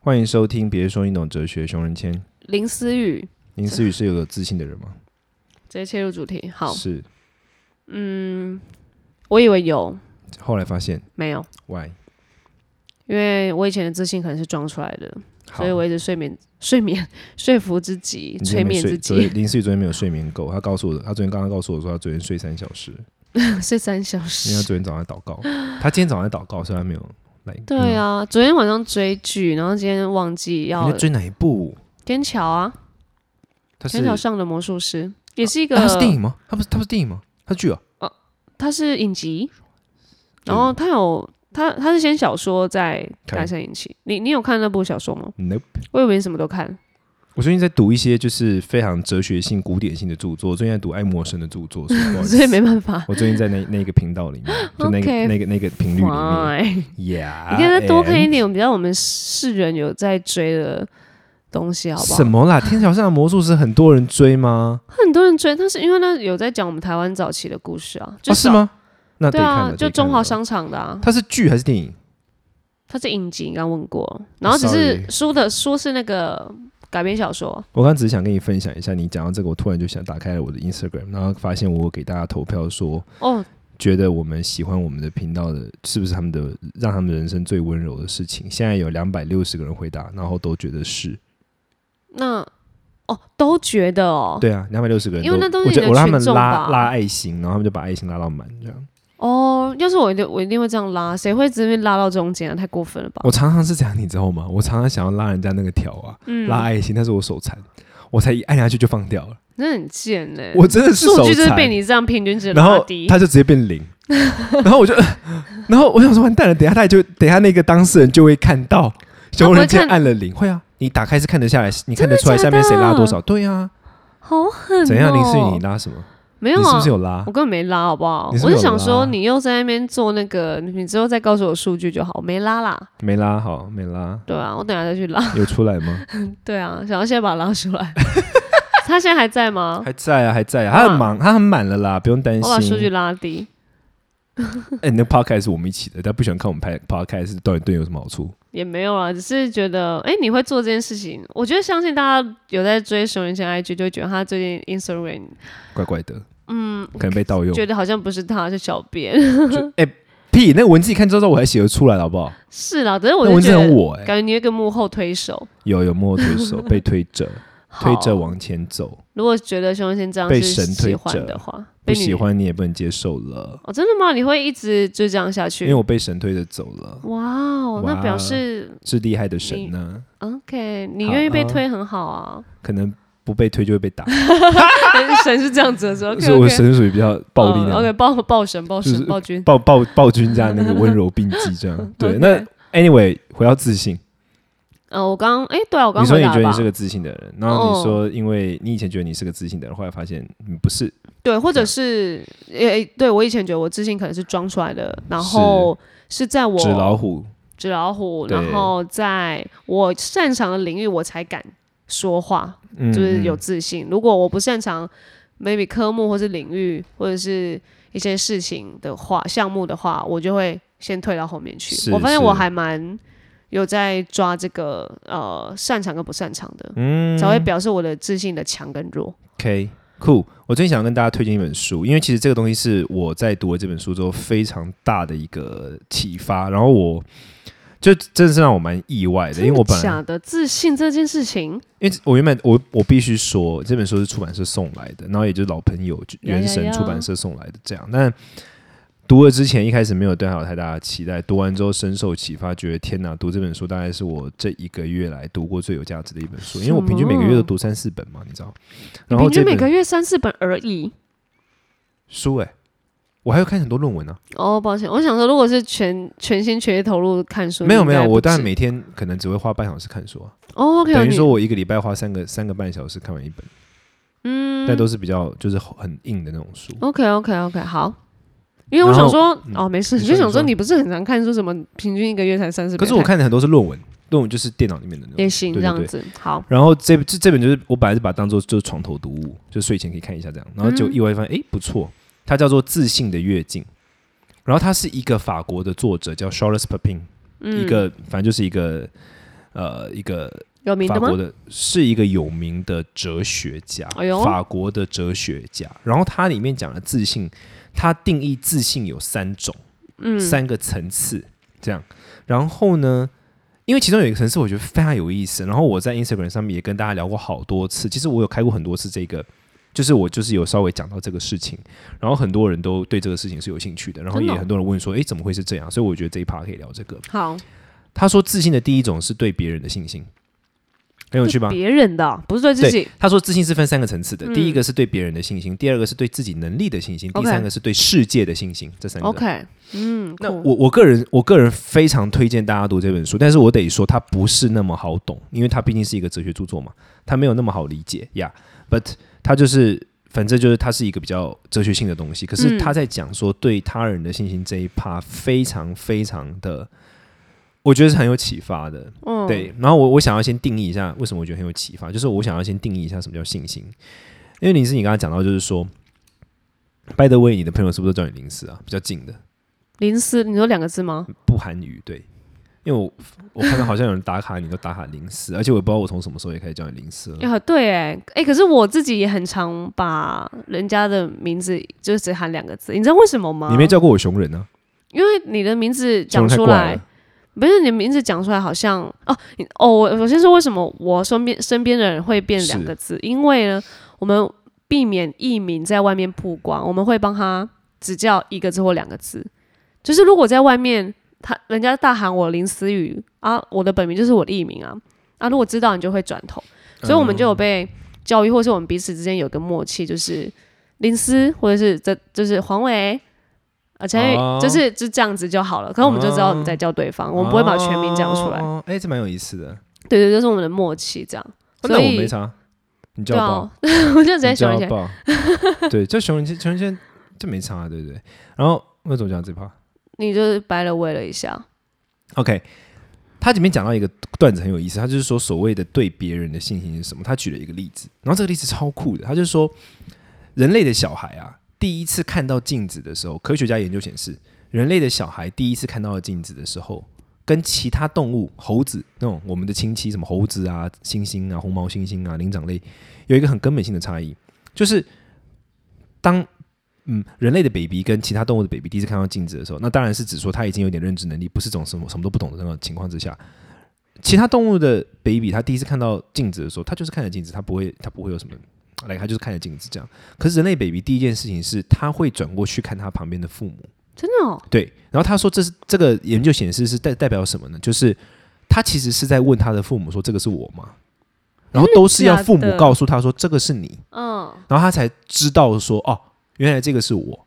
欢迎收听，别说你懂哲学，熊仁谦。林思雨，林思雨是有自信的人吗？直接切入主题。好，是。嗯，我以为有，后来发现没有， ，why？因为我以前的自信可能是装出来的，好所以我一直睡眠、睡眠、说服自己、你今催天没眠睡自昨天己，林思雨昨天没有睡眠够，她告诉我的，她昨天刚刚告诉我说她昨天睡三小时， 睡三小因为她时。昨天早上在祷 告。她今天早上在祷告，所以她没有来。对啊，昨天晚上追剧，然后今天忘记嗯，你要在追哪一部？天桥啊，她是天桥上的魔术师也是一个，啊她是电影吗？她不是她不是电影吗？她是剧啊？它是影集，然后它有它它是先小说再看改成影集。你你有看那部小说吗？ Nope 我以为你什么都看。我最近在读一些就是非常哲学性、古典性的著作，最近在读爱默生的著作，所以不好意思 所以没办法。我最近在那那个频道里面，就那个 OK 那个那个频率里面 Why？ ，Yeah，哎你可以再多看一 and- 点，比较我们世人有在追的东西，好不什好？么啦？天桥上的魔术师很多人追吗？很多人追，但是因为那有在讲我们台湾早期的故事啊，就啊，是？吗？那得对看了啊，就中得华，看了商场的啊，它是剧还是电影？它是影集，你刚问过，然后只是 Sorry 书的书是那个改编小说，我刚刚只是想跟你分享一下，你讲到这个，我突然就想打开了我的 Instagram，然后发现我给大家投票说，哦，觉得我们喜欢我们的频道的，是不是他们的让他们人生最温柔的事情？现在有两百六十个人回答，然后都觉得是，哦那哦都觉得哦，对啊，两百六十个人都，因为那都是我你觉的得我让他们群众拉吧拉爱心，然后他们就把爱心拉到满这样。哦，要是我一定我一定会这样拉，谁会直接拉到中间啊？太过分了吧我？常常是这样，你知道吗？我常常想要拉人家那个条啊，嗯，拉爱心，但是我手残，我才一按下去就放掉了，那很贱呢。我真的是数手据就是残。被你这样平均值然拉后低，他就直接变 零，然后我就， 然后我想说完蛋了，等一下他就等一下那个当事人就会看到，熊人直接哦他不会看按了零，会啊，你打开是看得下来，你看得出来下真的面假的谁拉多少，对啊，好狠、哦！怎样林思雨你拉什么？没你有是不啊是？有拉我？根本没拉，好不好？你是不我是有就拉想说，你又在那边做那个，你之后再告诉我数据就好。我没拉啦，没拉好，没拉，对啊，我等下再去拉。 有出来吗？对啊，想要现在把它拉出 来。他现在还在吗？还在啊，还在啊，他很忙，他很满了啦，不用担我把数据心。拉低。哎，你那 podcast 是我们一起的，但不喜欢看我们拍 podcast，到底对你有什么好处？也没有啦，只是觉得，哎、你会做这件事情，我觉得相信大家有在追熊仁谦 IG，就会觉得他最近 Instagram 怪怪的，嗯，可能被盗用。觉得好像不是他，是小编。 哎屁，那个文字一看就知道我还写得出来了，好不好？是啦，只是我那就文觉字很得，我哎。感觉你有一个幕后推手，有有默推 手被推着，推好着往前走，如果觉得熊仁谦这样被是神推喜着欢的话，不被喜你欢你也不能接受了，哦，真的吗？你会一直就这样下去？因为我被神推着走了，哇哦，哇那表示是厉害的神呢、 OK，你好愿意被啊推很好啊。可能不被推就会被 打，神是这样子 的说，所以我神是属于比较暴力的。那嗯哦 OK，种，暴暴神暴就神是暴君。 暴暴暴君加那个温柔并济这 样。对，那 anyway 回到自信，呃，我刚哎，对啊，我刚你说回你答觉了得你吧是？个自信的人，然后你哦说因为你以前觉得你是个自信的人，后来发现你不是，对，或这样者是诶，对我以前觉得我自信可能是装出来的，然后是在我纸老虎纸老虎，对然后在我擅长的领域我才敢说话，嗯就是有嗯自信。如果我不擅长 maybe 科目或是领域或者是一些事情的话，项目的话，我就会先退到后面是去。我发现是我还蛮有在抓这个呃擅长跟不擅长的，嗯才会表示我的自信的强跟弱。 OK，酷。我最近想跟大家推荐一本书，因为其实这个东西是我在读了这本书之后非常大的一个启发，然后我就真的是让我蛮意外的，因为我本来真的假的自信这件事情，因为我原本我我必须说这本书是出版社送来的，然后也就是老朋友就呀呀原神呀出版社送来的这样，但。读了之前一开始没有对它有太大的期待，读完之后深受启发，觉得天哪！读这本书大概是我这一个月来读过最有价值的一本书，因为我平均每个月都读三四本嘛，你知道。然后平这均本每个月三四本而已。书哎、我还要看很多论文呢、哦，抱歉，我想说，如果是全全心全意投入看书，没有没有，应该不我当然止每天可能只会花半小时看书啊，哦 OK，等于你说我一个礼拜花三个三个半小时看完一本，嗯，哦但都是比较就是很硬的那种书。 OK OK OK，好。因为我然想后说，嗯哦，没事，你你说就你想说说，你不是很常看书，什么平均一个月才三十？可是我看的很多是论文，论文就是电脑里面的那种也对行这对样对。子，好，然后这这这本就是我本来是把它当做就是床头读物，就睡前可以看一下这样，然后就嗯意外发现哎、诶不错，它叫做《自信的跃进》，然后它是一个法国的作者叫 Charles Papin，、嗯，一个反正就是一个呃一个有名法的国吗？的是一个有名的哲学家，哎呦法国的哲学家。然后他里面讲的自信，他定义自信有三种，嗯，三个层次这样。然后呢，因为其中有一个层次我觉得非常有意思，然后我在 Instagram 上面也跟大家聊过好多次，其实我有开过很多次这个。就是我就是有稍微讲到这个事情，然后很多人都对这个事情是有兴趣的，然后真也的哦很多人问说，诶，怎么会是这样？所以我觉得这一趴可以聊这个。好，他说自信的第一种是对别人的信心，很有趣吧？别人的哦不是对自对己，他说自信是分三个层次的，嗯第一个是对别人的信心，第二个是对自己能力的信心，第 OK 三个是对世界的信心。这三个。 OK，嗯，那酷我我个人我个人非常推荐大家读这本书，但是我得说它不是那么好懂，因为它毕竟是一个哲学著作嘛，它没有那么好理解呀。Yeah, but 它就是反正就是它是一个比较哲学性的东西，可是嗯他在讲说对他人的信心这一趴非常非常的，我觉得是很有启发的。嗯，对，然后我我想要先定义一下，为什么我觉得很有启发，就是我想要先定义一下什么叫信心，因为林思你刚刚讲到，就是说，by the way，你的朋友是不是都叫你林思啊？比较近的，林思，你说两个字吗？不含语对，因为我我看到好像有人打卡你都打卡林思， 而且我也不知道我从什么时候也开始叫你林思了。啊，对，哎，哎，可是我自己也很常把人家的名字就是只喊两个字，你知道为什么吗？你没，叫过我熊人啊？因为你的名字熊讲人太出怪来了，，不是你的名字讲出来好像哦，你哦，我我先说为什么我身边身边的人会变两个字，因为呢，我们避免艺名在外面曝光，我们会帮他只叫一个字或两个字。就是如果在外面他人家大喊我林思雨啊，我的本名就是我的艺名啊，啊，如果知道你就会转头，所以我们就有被教育，或是我们彼此之间有个默契，就是林思或者是这就是黄伟。啊，陈宇哦就是就这样子就好了，可能我们就知道我们在叫对方，我们不会把全名讲出来。哦哎、这蛮有意思的。哦对对，这是我们的默契，这样。所那我以没啥，你叫对吧。啊， 我就直接你想叫一下，爆，对，就熊人先，熊人先就没差、啊对不对？然后我怎么讲这趴你就是白了喂了一下。 ？OK，他里面讲到一个段子很有意思，他就是说所谓的对别人的信心是什么？他举了一个例子，然后这个例子超酷的，他就说人类的小孩啊，第一次看到镜子的时候，科学家研究显示，人类的小孩第一次看到了镜子的时候。跟其他动物，猴子那种我们的亲戚，什么猴子啊、猩猩啊、红毛猩猩啊、灵长类，有一个很根本性的差异，就是当嗯人类的 baby 跟其他动物的 baby 第一次看到镜子的时候，那当然是指说他已经有点认知能力，不是种什么什么都不懂的那种情况之下。其他动物的 baby，他第一次看到镜子的时候，他就是看着镜子，他不会，他不会有什么，来，他就是看着镜子这样。可是人类 baby 第一件事情是，他会转过去看他旁边的父母，真的哦，对，然后他说这是这个研究显示是代代表什么呢？就是他其实是在问他的父母说这个是我吗？然后都是要父母真的假的告诉他说这个是你，嗯，然后他才知道说哦，原来这个是我。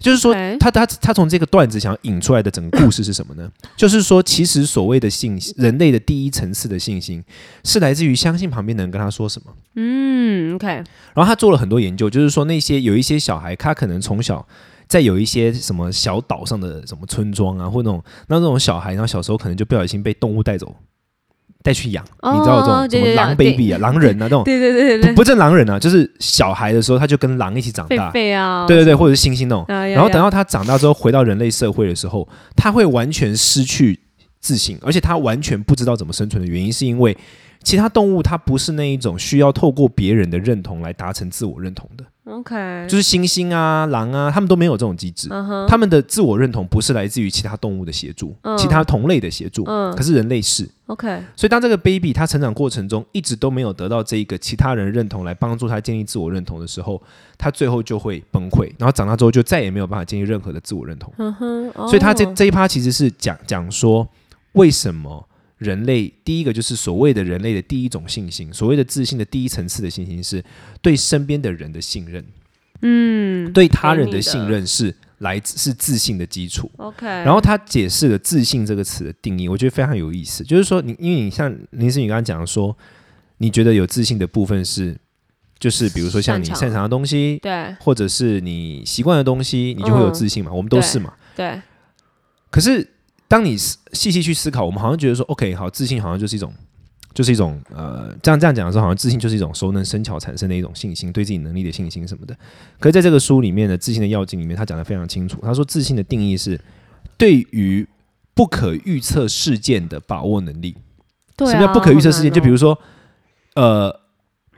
就是说 OK，他他他从这个段子想要引出来的整个故事是什么呢？ 就是说，其实所谓的信心，人类的第一层次的信心，是来自于相信旁边的人跟他说什么。嗯，OK，然后他做了很多研究，就是说那些有一些小孩，他可能从小在有一些什么小岛上的什么村庄啊，或那种那种小孩，然后小时候可能就不小心被动物带走，带去养，哦你知道这种什对么对狼对 baby 啊、狼人啊那种，对对对不对对，不正狼人啊，就是小孩的时候他就跟狼一起长狒大，狒啊，对对对，或者是猩猩那种。啊，然后等到到他长大之后回到人类社会的时候，他会完全失去自信，而且他完全不知道怎么生存的原因，是因为其他动物它不是那一种需要透过别人的认同来达成自我认同的， OK，就是猩猩啊、狼啊，他们都没有这种机制。嗯哼，他们的自我认同不是来自于其他动物的协助，嗯其他同类的协助，嗯可是人类是。 OK，所以当这个 baby 他成长过程中一直都没有得到这一个其他人认同来帮助他建立自我认同的时候，他最后就会崩溃，然后长大之后就再也没有办法建立任何的自我认同。嗯哼，哦所以他这这一趴其实是讲讲说为什么。人类第一个就是所谓的人类的第一种信心，所谓的自信的第一层次的信心是对身边的人的信任，嗯对他人给的你信任是来自是自信的基础。 OK，然后他解释了“自信”这个词的定义，我觉得非常有意思。就是说你，因为你像林思雨刚刚讲说，你觉得有自信的部分是，就是比如说像你擅长擅长的东西，对或者是你习惯的东西，你就会有嗯自信嘛。我们都是嘛。对，可是当你思细细去思考，我们好像觉得说，OK，好，自信好像就是一种，就是一种呃，这样这样讲的时候，好像自信就是一种熟能生巧产生的一种信心，对自己能力的信心什么的。可是在这个书里面呢，自信的要件里面，他讲的非常清楚，他说自信的定义是对于不可预测事件的把握能力。对啊，什么叫不可预测事件？好难哦就比如说，呃，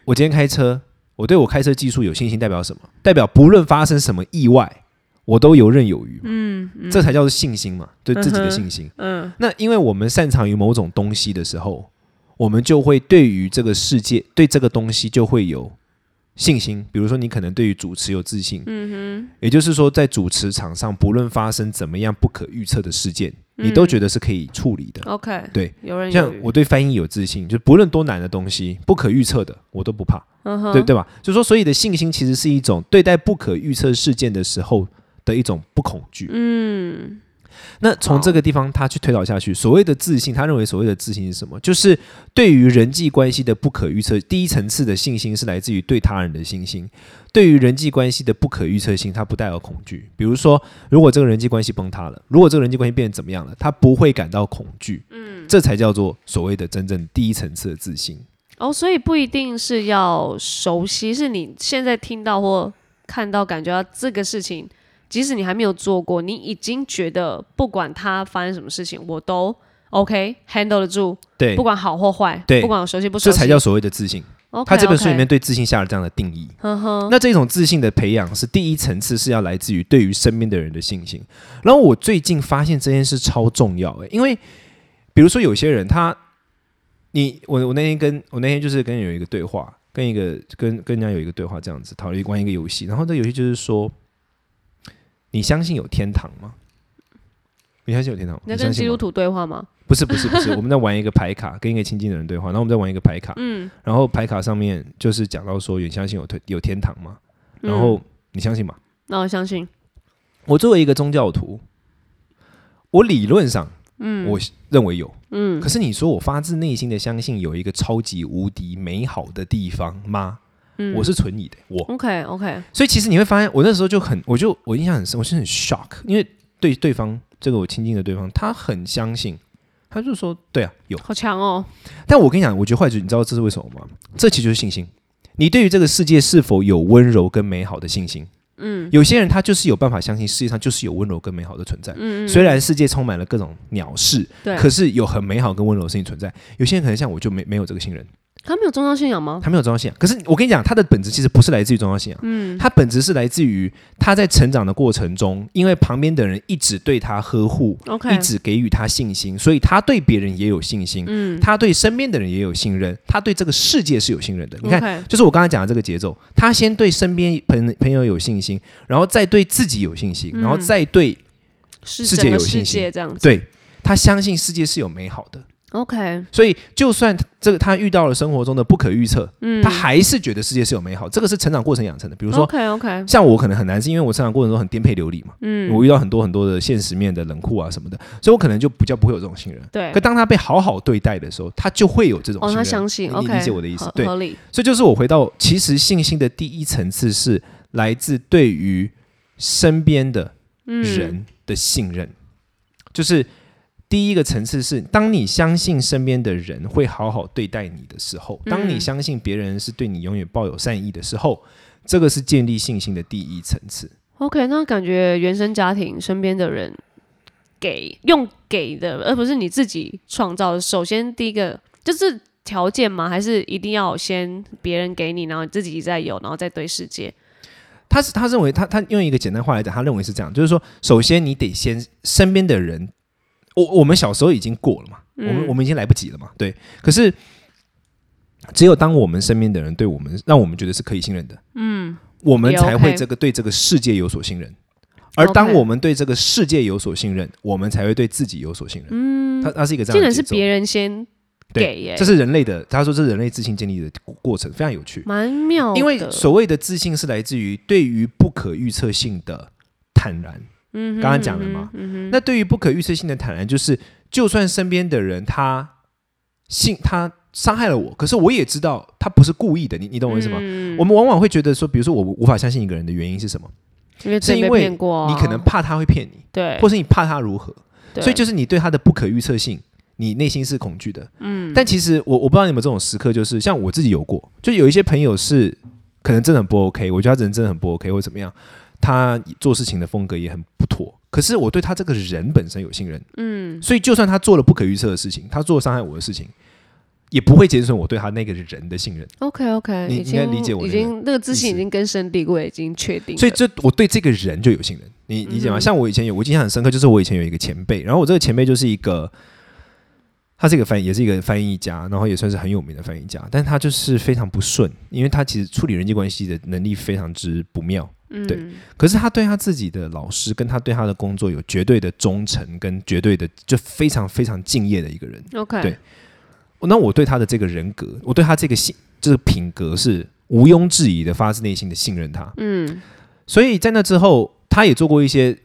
我今天开车，我对我开车技术有信心，代表什么？代表不论发生什么意外，我都游刃有余嘛。嗯嗯这才叫做信心嘛，对自己嗯的哼信心。嗯那因为我们擅长于某种东西的时候，我们就会对于这个世界、对这个东西就会有信心。比如说，你可能对于主持有自信，嗯也就是说，在主持场上，不论发生怎么样不可预测的事件，你都嗯觉得是可以处理的。哼，OK，对，游刃有像余，我对翻译有自信，就不论多难的东西、不可预测的，我都不怕，嗯哼，对对吧？就说，所以的信心其实是一种对待不可预测事件的时候的一种不恐惧。嗯那从这个地方，他去推导下去，所谓的自信，他认为所谓的自信是什么？就是对于人际关系的不可预测，第一层次的信心是来自于对他人的信心；对于人际关系的不可预测性，他不带有恐惧。比如说，如果这个人际关系崩塌了，如果这个人际关系变得怎么样了，他不会感到恐惧。嗯，这才叫做所谓的真正第一层次的自信。哦，所以不一定是要熟悉，是你现在听到或看到，感觉到这个事情，即使你还没有做过，你已经觉得不管它发生什么事情，我都 OK handle 得住，对不，管好或坏，对不管我熟悉不熟这悉，才叫所谓的自信。 OK, 他这本书里面，对自信下了这样的定义。呵呵，那这种自信的培养是第一层次，是要来自于对于身边的人的信心。然后我最近发现这件事超重要、欸，因为比如说有些人他，你我我那天跟我那天就是跟有一个对话，跟一个跟跟人家有一个对话这样子，讨论关于一个游戏。然后这游戏就是说，你相信有天堂吗？你相信有天堂吗？你在相跟信基吗督徒对话吗？不是不是 不是，我们在玩一个牌卡，跟一个亲近的人对话，然后我们在玩一个牌卡，嗯，然后牌卡上面就是讲到说，你相信有天有天堂吗？嗯然后、你相信吗？那我相信，我作为一个宗教徒，我理论上，嗯，我认为有，嗯，可是你说我发自内心的相信有一个超级无敌美好的地方吗？嗯，我是存疑的，我， OK OK，所以其实你会发现，我那时候就很，我就我印象很深，我是很 shock，因为对对方这个我亲近的对方，他很相信，他就说对啊有，好强哦，但我跟你讲，我觉得坏局，你知道这是为什么吗？这其实就是信心。你对于这个世界是否有温柔跟美好的信心？嗯，有些人他就是有办法相信世界上就是有温柔跟美好的存在。嗯虽然世界充满了各种鸟事，对，可是有很美好跟温柔的事情存在。有些人可能像我就没没有这个信任，他没有宗教信仰吗？他没有宗教信啊仰。可是我跟你讲，他的本质其实不是来自于宗教信仰，嗯，他本质是来自于他在成长的过程中，因为旁边的人一直对他呵护， OK，一直给予他信心，所以他对别人也有信心，嗯，他对身边的人也有信任，他对这个世界是有信任的。你看， OK 就是我刚才讲的这个节奏，他先对身边朋朋友有信心，然后再对自己有信嗯心，然后再对是世界整个有信世心界这样子对，他相信世界是有美好的， ，OK，所以就算这个他遇到了生活中的不可预测，嗯，哦他还是觉得世界是有美好。这个是成长过程养成的，比如说。 OK OK，像我可能很难，是因为我成长过程中很颠沛流离嘛，嗯，我遇到很多很多的现实面的冷酷啊什么的，所以我可能就比较不会有这种信任。对可，当他被好好对待的时候，他就会有这种哦，信他任。相信你，OK，理解我的意思合对合理，所以就是我回到，其实信心的第一层次是来自对于身边的嗯，人的信任，就是第一个层次是，当你相信身边的人会好好对待你的时候，嗯当你相信别人是对你永远抱有善意的时候，这个是建立信心的第一层次。 OK，那感觉原生家庭身边的人给用给的，而不是你自己创造的。首先第一个就是条件吗？还是一定要先别人给你，然后你自己再有，然后再对世界？他是他认为他他用一个简单话来讲，他认为是这样，就是说，首先你得先身边的人，我我们小时候已经过了嘛，我嗯们我们已经来不及了嘛，对。可是，只有当我们身边的人对我们，让我们觉得是可以信任的，嗯，我们也才会 OK 这个对这个世界有所信任。而 OK 当我们对这个世界有所信任，我们才会对自己有所信任。嗯，它它是一个这竟样的然节是奏，别人先给耶对，这是人类的。他说这是人类自信建立的过过程，非常有趣。蛮妙的，因为所谓的自信是来自于对于不可预测性的坦然。嗯哼刚刚讲了嘛，嗯哼嗯哼那对于不可预测性的坦然，就是就算身边的人他信他伤害了我，可是我也知道他不是故意的。你你懂我意思吗？嗯我们往往会觉得说，比如说我无法相信一个人的原因是什么？因为是自己因被为骗过啊你可能怕他会骗你，对或，是你怕他如何？对所以就是你对他的不可预测性，你内心是恐惧的。嗯，但其实我我不知道你有没有这种时刻，就是像我自己有过，就有一些朋友是可能真的很不 OK，我觉得他人真的很不 OK 或怎么样，他做事情的风格也很不妥。可是我对他这个人本身有信任，嗯所以就算他做了不可预测的事情，他做伤害我的事情，也不会减损我对他那个人的信任。 OK OK，你已应经该理解我已那个经那个自信意已思经根深蒂固，已经确定了。所以这我对这个人就有信任，你理解吗？嗯像我以前有，我印象很深刻，就是我以前有一个前辈，然后我这个前辈就是一个，他是一个翻译，也是一个翻译家，然后也算是很有名的翻译家，但他就是非常不顺，因为他其实处理人际关系的能力非常之不妙。嗯，对可是他对他自己的老师跟他对他的工作有绝对的忠诚，跟绝对的就非常非常敬业的一个人。 OK，对那我对他的这个人格，我对他这个性，这个品格是毋庸置疑的，发自内心的信任他。嗯所以在那之后，他也做过一些，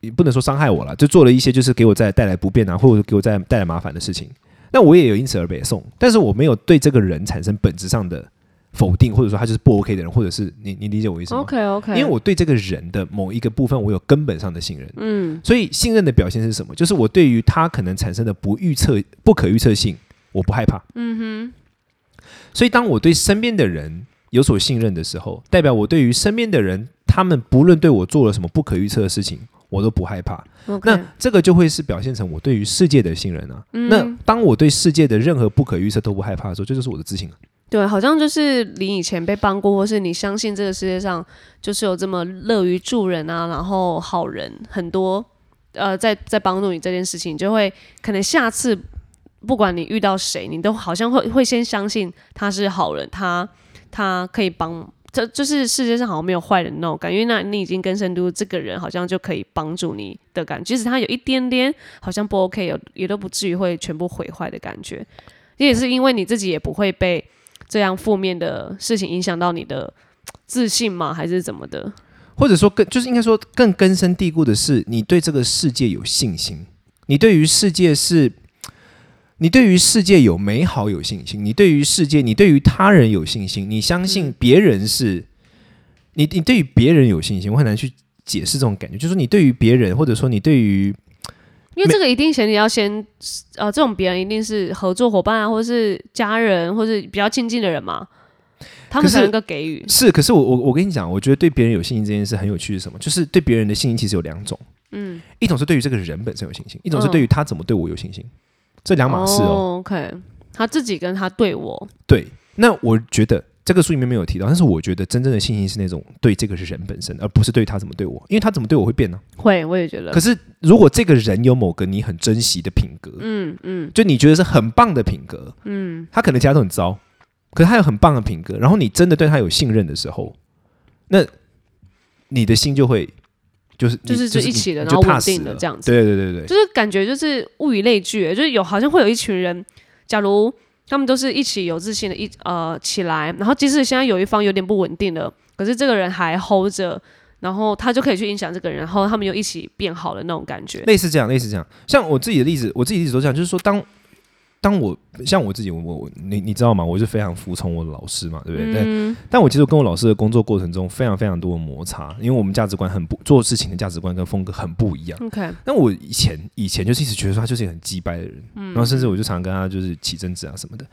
也不能说伤害我了，就做了一些就是给我再带来不便啊，或者给我再带来麻烦的事情。那我也有因此而北宋，但是我没有对这个人产生本质上的否定，或者说他就是不 OK 的人，或者是你你理解我意思吗，OK OK，因为我对这个人的某一个部分，我有根本上的信任。嗯所以信任的表现是什么？就是我对于他可能产生的不预测、不可预测性，我不害怕。嗯所以，当我对身边的人有所信任的时候，代表我对于身边的人，他们不论对我做了什么不可预测的事情，我都不害怕。哼，OK，那这个就会是表现成我对于世界的信任啊。嗯那当我对世界的任何不可预测都不害怕的时候，这就是我的自信了。对，好像就是你以前被帮过，或是你相信这个世界上就是有这么乐于助人啊，然后好人很多，呃，在在帮助你这件事情，就会可能下次不管你遇到谁，你都好像会会先相信他是好人，他他可以帮。这就是世界上好像没有坏人那种感觉，因为那你已经根深蒂固，这个人好像就可以帮助你的感觉，即使他有一点点好像不 OK，也也都不至于会全部毁坏的感觉。也是因为你自己也不会被这样负面的事情影响到你的自信吗？还是怎么的？或者说更就是应该说更根深蒂固的是，你对这个世界有信心，你对于世界是，你对于世界有美好有信心，你对于世界，你对于他人有信心，你相信别人是，你你对于别人有信心，我很难去解释这种感觉，就是说你对于别人，或者说你对于因为这个一定前提要先，呃，这种别人一定是合作伙伴啊，或是家人，或是比较亲近的人嘛，他们可是才能够给予。是，可是我我我跟你讲，我觉得对别人有信心这件事很有趣是什么？就是对别人的信心其实有两种，嗯，一种是对于这个人本身有信心，一种是对于他怎么对我有信心，这两码事哦 o k 他自己跟他对我，对，那我觉得这个书里面没有提到，但是我觉得真正的信心是那种对这个是人本身，而不是对他怎么对我，因为他怎么对我会变呢、会，我也觉得可，是如果这个人有某个你很珍惜的品格，嗯嗯就你觉得是很棒的品格，嗯，他可能其他都很糟，可是他有很棒的品格，然后你真的对他有信任的时候，那你的心就会就是你就是就就一起的，你然后就稳踏实定的了这样子。对对对对对，就是感觉就是物以类聚，就是有好像会有一群人，假如他们都是一起有自信的一呃起来，然后即使现在有一方有点不稳定了，可是这个人还 hold 着，然后他就可以去影响这个人，然后他们又一起变好了那种感觉。类似这样，类似这样。像我自己的例子，我自己的例子都这样，就是说当。当我像我自己，我我我你你知道吗？我是非常服从我的老师嘛，对不对？但嗯但我其实跟我老师的工作过程中非常非常多的摩擦，因为我们价值观很不做事情的价值观跟风格很不一样。 ，OK，那我以前以前就是一直觉得说他就是一个很鸡掰的人，嗯然后甚至我就常跟他就是起争执啊什么的。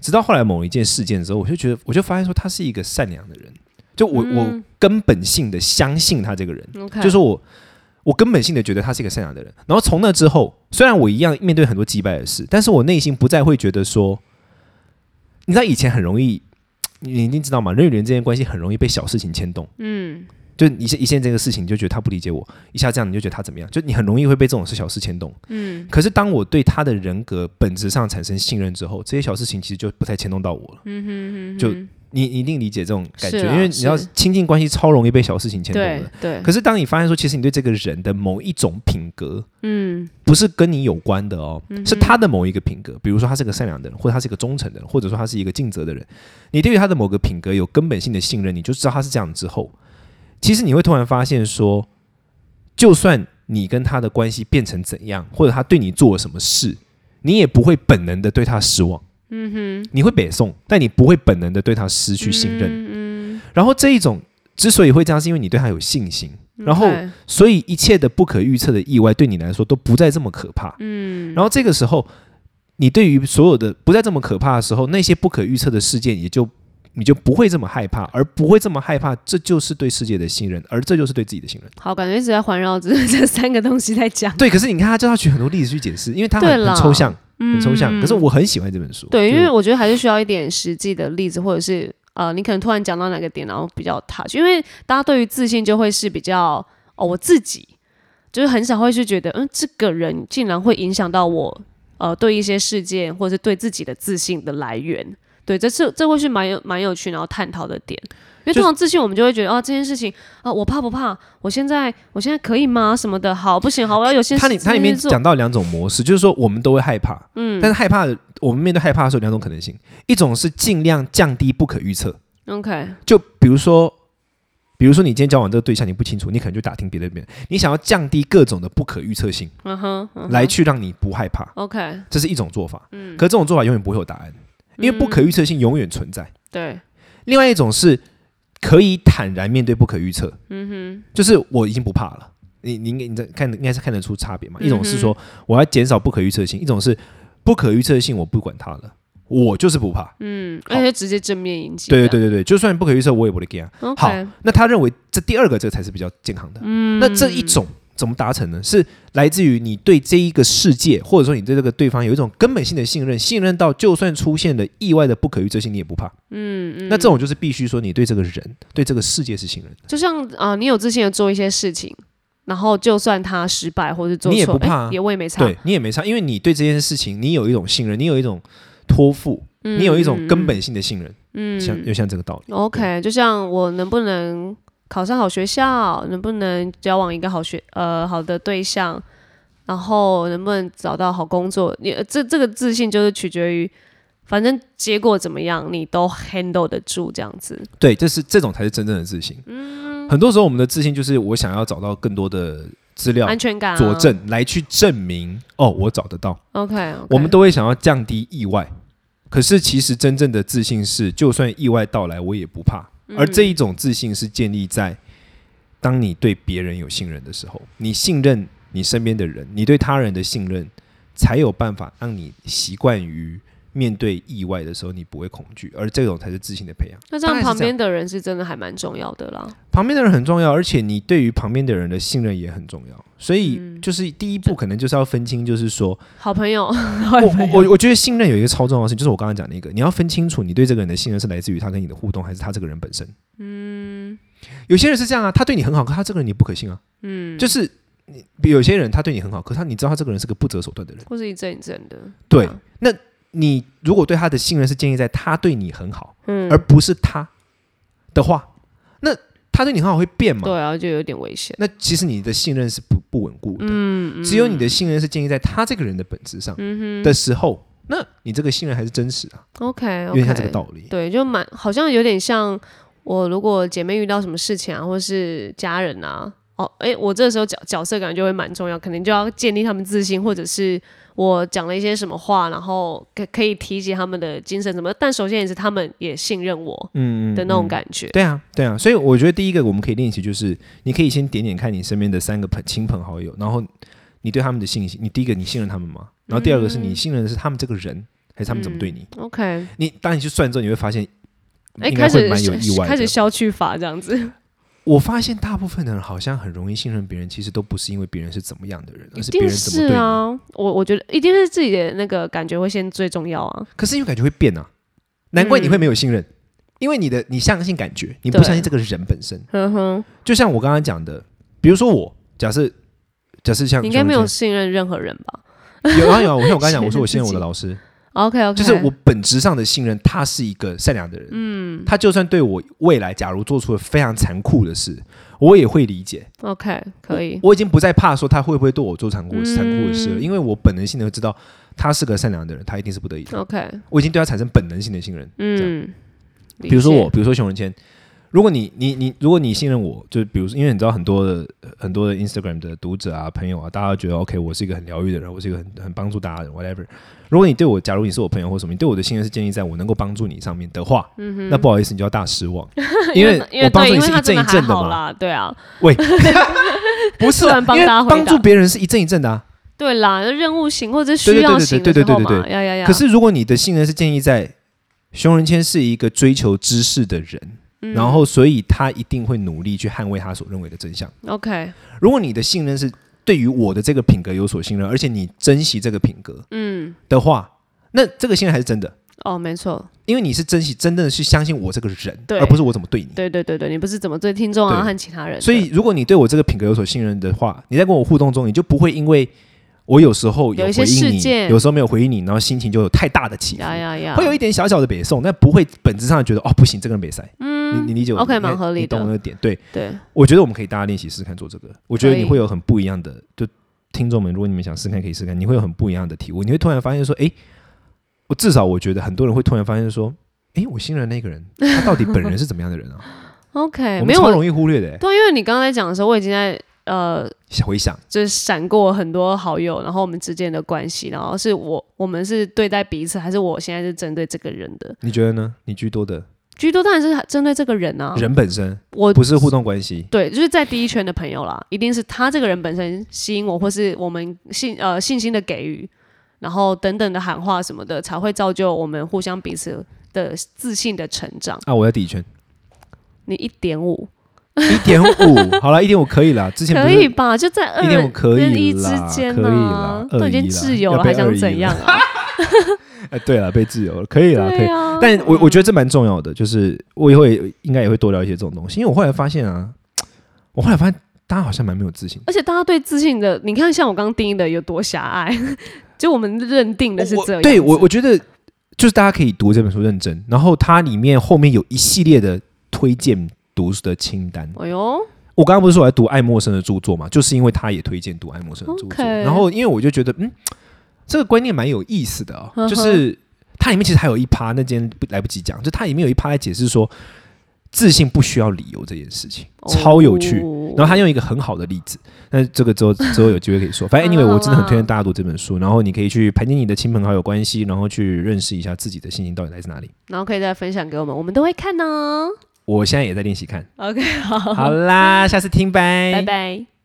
直到后来某一件事件之后，我就觉得我就发现说他是一个善良的人，就我、我嗯根本性的相信他这个人。 ，OK，就是我我根本性的觉得他是一个善良的人。然后从那之后，虽然我一样面对很多击败的事，但是我内心不再会觉得说，你知道以前很容易，你你一定知道嘛，人与人之间的关系很容易被小事情牵动。嗯就一下一件这个事情，你就觉得他不理解我；一下这样，你就觉得他怎么样？就你很容易会被这种事小事牵动。嗯可是当我对他的人格本质上产生信任之后，这些小事情其实就不太牵动到我了。嗯哼嗯哼，就你你一定理解这种感觉，是啊因为你知道是亲近关系超容易被小事情牵动的对。对，可是当你发现说，其实你对这个人的某一种品格，嗯不是跟你有关的哦，嗯哼是他的某一个品格，比如说他是个善良的人，或者他是一个忠诚的人，或者说他是一个尽责的人，你对于他的某个品格有根本性的信任，你就知道他是这样之后，其实你会突然发现说，就算你跟他的关系变成怎样，或者他对你做了什么事，你也不会本能的对他失望，嗯哼，你会北宋，但你不会本能的对他失去信任。嗯，嗯然后这一种之所以会这样，是因为你对他有信心，然后嗯 OK，所以一切的不可预测的意外对你来说都不再这么可怕。嗯，然后这个时候，你对于所有的不再这么可怕的时候，那些不可预测的事件也就你就不会这么害怕，而不会这么害怕，这就是对世界的信任，而这就是对自己的信任。好，感觉一直在环绕着 这三个东西在讲。对，可是你看他就要举很多例子去解释，因为他对很啦嗯很抽象，很抽象，可是我很喜欢这本书。对，就因为我觉得还是需要一点实际的例子，或者是呃，你可能突然讲到哪个点，然后比较 touch，因为大家对于自信就会是比较哦，我自己就是很少会去觉得，嗯，这个人竟然会影响到我呃对一些事件或者是对自己的自信的来源。对，这是这会是蛮有蛮有趣，然后探讨的点。因为就通常自信，我们就会觉得哦，这件事情啊、我怕不怕？我现在我现在可以吗？什么的，好不行，好，我要有些它里它里面事情去做讲到两种模式，就是说我们都会害怕，嗯，但是害怕的我们面对害怕的时候有两种可能性，一种是尽量降低不可预测， OK，就比如说，比如说你今天交往这个对象你不清楚，你可能就打听别的别人，你想要降低各种的不可预测性，嗯哼，嗯哼嗯来去让你不害怕， OK，这是一种做法。可这种做法永远不会有答案，因为不嗯可预测性永远存在。对，另外一种是可以坦然面对不可预测，嗯哼，就是我已经不怕了。你你应该你在看应该是看得出差别嘛？一种是说我要减少不可预测性，一种是不可预测性我不管它了，我就是不怕。嗯，好而且直接正面迎击，对对对对对，就算不可预测我也不会惊啊。 o 好 k，那他认为这第二个这个才是比较健康的。嗯，那这一种怎么达成呢？是来自于你对这一个世界，或者说你对这个对方有一种根本性的信任，信任到就算出现了意外的不可预测性，你也不怕。嗯嗯。那嗯这种就是必须说你对这个人、对这个世界是信任的，就像啊、呃你有自信的做一些事情，然后就算他失败或者做错，你也不怕啊哎也我也没差，对你也没差，因为你对这件事情你有一种信任，你有一种托付，嗯你有一种根本性的信任。嗯，像又像这个道理。 OK，就像我能不能考上好学校，能不能交往一个好学呃好的对象，然后能不能找到好工作，你呃这这个自信就是取决于，反正结果怎么样，你都 handle 得住这样子。对，这是这种才是真正的自信。嗯，很多时候我们的自信就是我想要找到更多的资料、安全感、啊、佐证来去证明哦，我找得到。 OK，, 我们都会想要降低意外，可是其实真正的自信是，就算意外到来，我也不怕。而这一种自信是建立在当你对别人有信任的时候，你信任你身边的人，你对他人的信任，才有办法让你习惯于面对意外的时候，你不会恐惧，而这种才是自信的培养。那这样大概旁是这样边的人是真的还蛮重要的啦。旁边的人很重要，而且你对于旁边的人的信任也很重要。所以，就是第一步，可能就是要分清，就是说，好朋友，我我我我觉得信任有一个超重要的事情，就是我刚刚讲那个，你要分清楚你对这个人的信任是来自于他跟你的互动，还是他这个人本身。嗯，有些人是这样啊，他对你很好，可他这个人你不可信啊。嗯，就是你有些人他对你很好，可他你知道他这个人是个不择手段的人。或是一阵一阵的。对，啊那你如果对他的信任是建立在他对你很好，嗯，而不是他的话，那他对你很好会变嘛？对啊，就有点危险。那其实你的信任是不不稳固的，嗯只有你的信任是建立在他这个人的本质上的时候，那你这个信任还是真实啊， OK，有点像这个道理。对，就蛮好像有点像我如果姐妹遇到什么事情啊，或是家人啊，哦，诶，我这时候角角色感觉就会蛮重要，可能就要建立他们自信，或者是我讲了一些什么话，然后可可以提及他们的精神怎么，但首先也是他们也信任我嗯的那种感觉。对啊，对啊，所以我觉得第一个我们可以练习就是，你可以先点点看你身边的三个朋亲朋好友，然后你对他们的信心，你第一个你信任他们吗？然后第二个嗯是你信任的是他们这个人，还是他们怎么对你？ OK，你当你去算之后，你会发现诶，应嗯哎该开会始蛮有意外开始的。消去法这样子，我发现大部分的人好像很容易信任别人，其实都不是因为别人是怎么样的人，而一是别定人怎么是对你。啊，我我觉得一定是自己的那个感觉会先最重要啊。可是因为感觉会变啊，难怪你会没有信嗯任，因为你的你相信感觉，你不对相信这个人本身。哼嗯哼，就像我刚刚讲的，比如说我假设假设像你应该没有熊信任任何人吧仁谦有啊有啊，我像我刚刚讲，信任我说我信任自我己的老 师， ？OK OK，就是我本质上的信任，他是一个善良的人，嗯，他就算对我未来假如做出了非常残酷的事，我也会理解， OK，可以。嗯我已经不再怕说他会不会对我做残酷残酷的事了，因为我本能性的知道他是个善良的人，他一定是不得已的， OK，我已经对他产生本能性的信任，嗯，比比如说我，比如说熊仁谦，如果你你你，如果你信任我，就是比如说，因为你知道很多的很多的 Instagram 的读者啊、朋友啊，大家都觉得 OK，我是一个很疗愈的人，我是一个很很帮助大家的人，whatever。如果你对我，假如你是我朋友或什么，你对我的信任是建立在我能够帮助你上面的话，那不好意思，你就要大失望，因为嗯 因我为帮助对，你因为是他一阵真的一还阵的好嘛，啦，对啊， 喂，不是突啊，然帮因为大家回帮答助别人是一阵一阵的啊。对啦，任务型或者是需要型的对对对对时候对对嘛，对呀呀呀。可是如果你的信任是建立在熊仁谦是一个追求知识的人，嗯然后所以他一定会努力去捍卫他所认为的真相。 OK，如果你的信任是对于我的这个品格有所信任，而且你珍惜这个品格嗯，的话，那这个信任还是真的，哦，没错，因为你是珍惜，真的是相信我这个人，对而不是我怎么对你。对对对对，你不是怎么对听众啊对和其他人的，所以，如果你对我这个品格有所信任的话，你在跟我互动中，你就不会因为我有时候有回一些应事你，件有时候没有回应你，然后心情就有太大的起伏，呀呀呀，会有一点小小的北宋，但不会本质上觉得哦不行，这个人北塞。嗯，你你理解我 OK，你蛮合理的你懂那个点。对，对，我觉得我们可以大家练习试试看做这个，我觉得可以你会有很不一样的。就听众们，如果你们想试看，可以试看，你会有很不一样的体悟。你会突然发现说，诶，我至少我觉得很多人会突然发现说，诶，我信任那 个人，他到底本人是怎么样的人啊？ OK，我哎没们有超我，容易忽略的、对，因为你刚才讲的时候，我已经在呃，欸。回想，就是闪过很多好友，然后我们之间的关系，然后是我我们是对待彼此，还是我现在是针对这个人的？你觉得呢？你居多的居多当然是针对这个人啊，人本身我不是互动关系，对，就是在第一圈的朋友啦，一定是他这个人本身吸引我，或是我们信呃信心的给予，然后等等的喊话什么的，才会造就我们互相彼此的自信的成长。啊，我在底圈你一点五一点五，好了，一点五可以了。之前不可是以吧？就在二一点五可跟以一之啦，间可以啊啦，，都已经自由了，还想怎样啊？啊？哎， 对了，被自由了，可以啦，可对以。啊，但我我觉得这蛮重要的，就是我以后也应该也会多聊一些这种东西，因为我后来发现啊，我后来发现大家好像蛮没有自信的。而且大家对自信的，你看像我刚定义的有多狭隘， 就我们认定的是我这样子。对我我觉得就是大家可以读这本书认真，然后它里面后面有一系列的推荐读书的清单。哎呦，我刚刚不是说我在读爱默生的著作嘛，就是因为他也推荐读爱默生的著作， OK 然后因为我就觉得嗯，这个观念蛮有意思的哦，呵呵就是它里面其实还有一趴，那今天不来不及讲，就它里面有一趴在解释说自信不需要理由这件事情，超有趣。哦然后他用一个很好的例子，那这个之后之后有机会可以说。反正 anyway，好啊我真的很好啊推荐大家读这本书，然后你可以去盘点你的亲朋好友关系，然后去认识一下自己的信心到底来自哪里。然后可以再分享给我们，我们都会看呢。哦我现在也在练习看。 OK，好，好啦，下次听，嗯拜拜。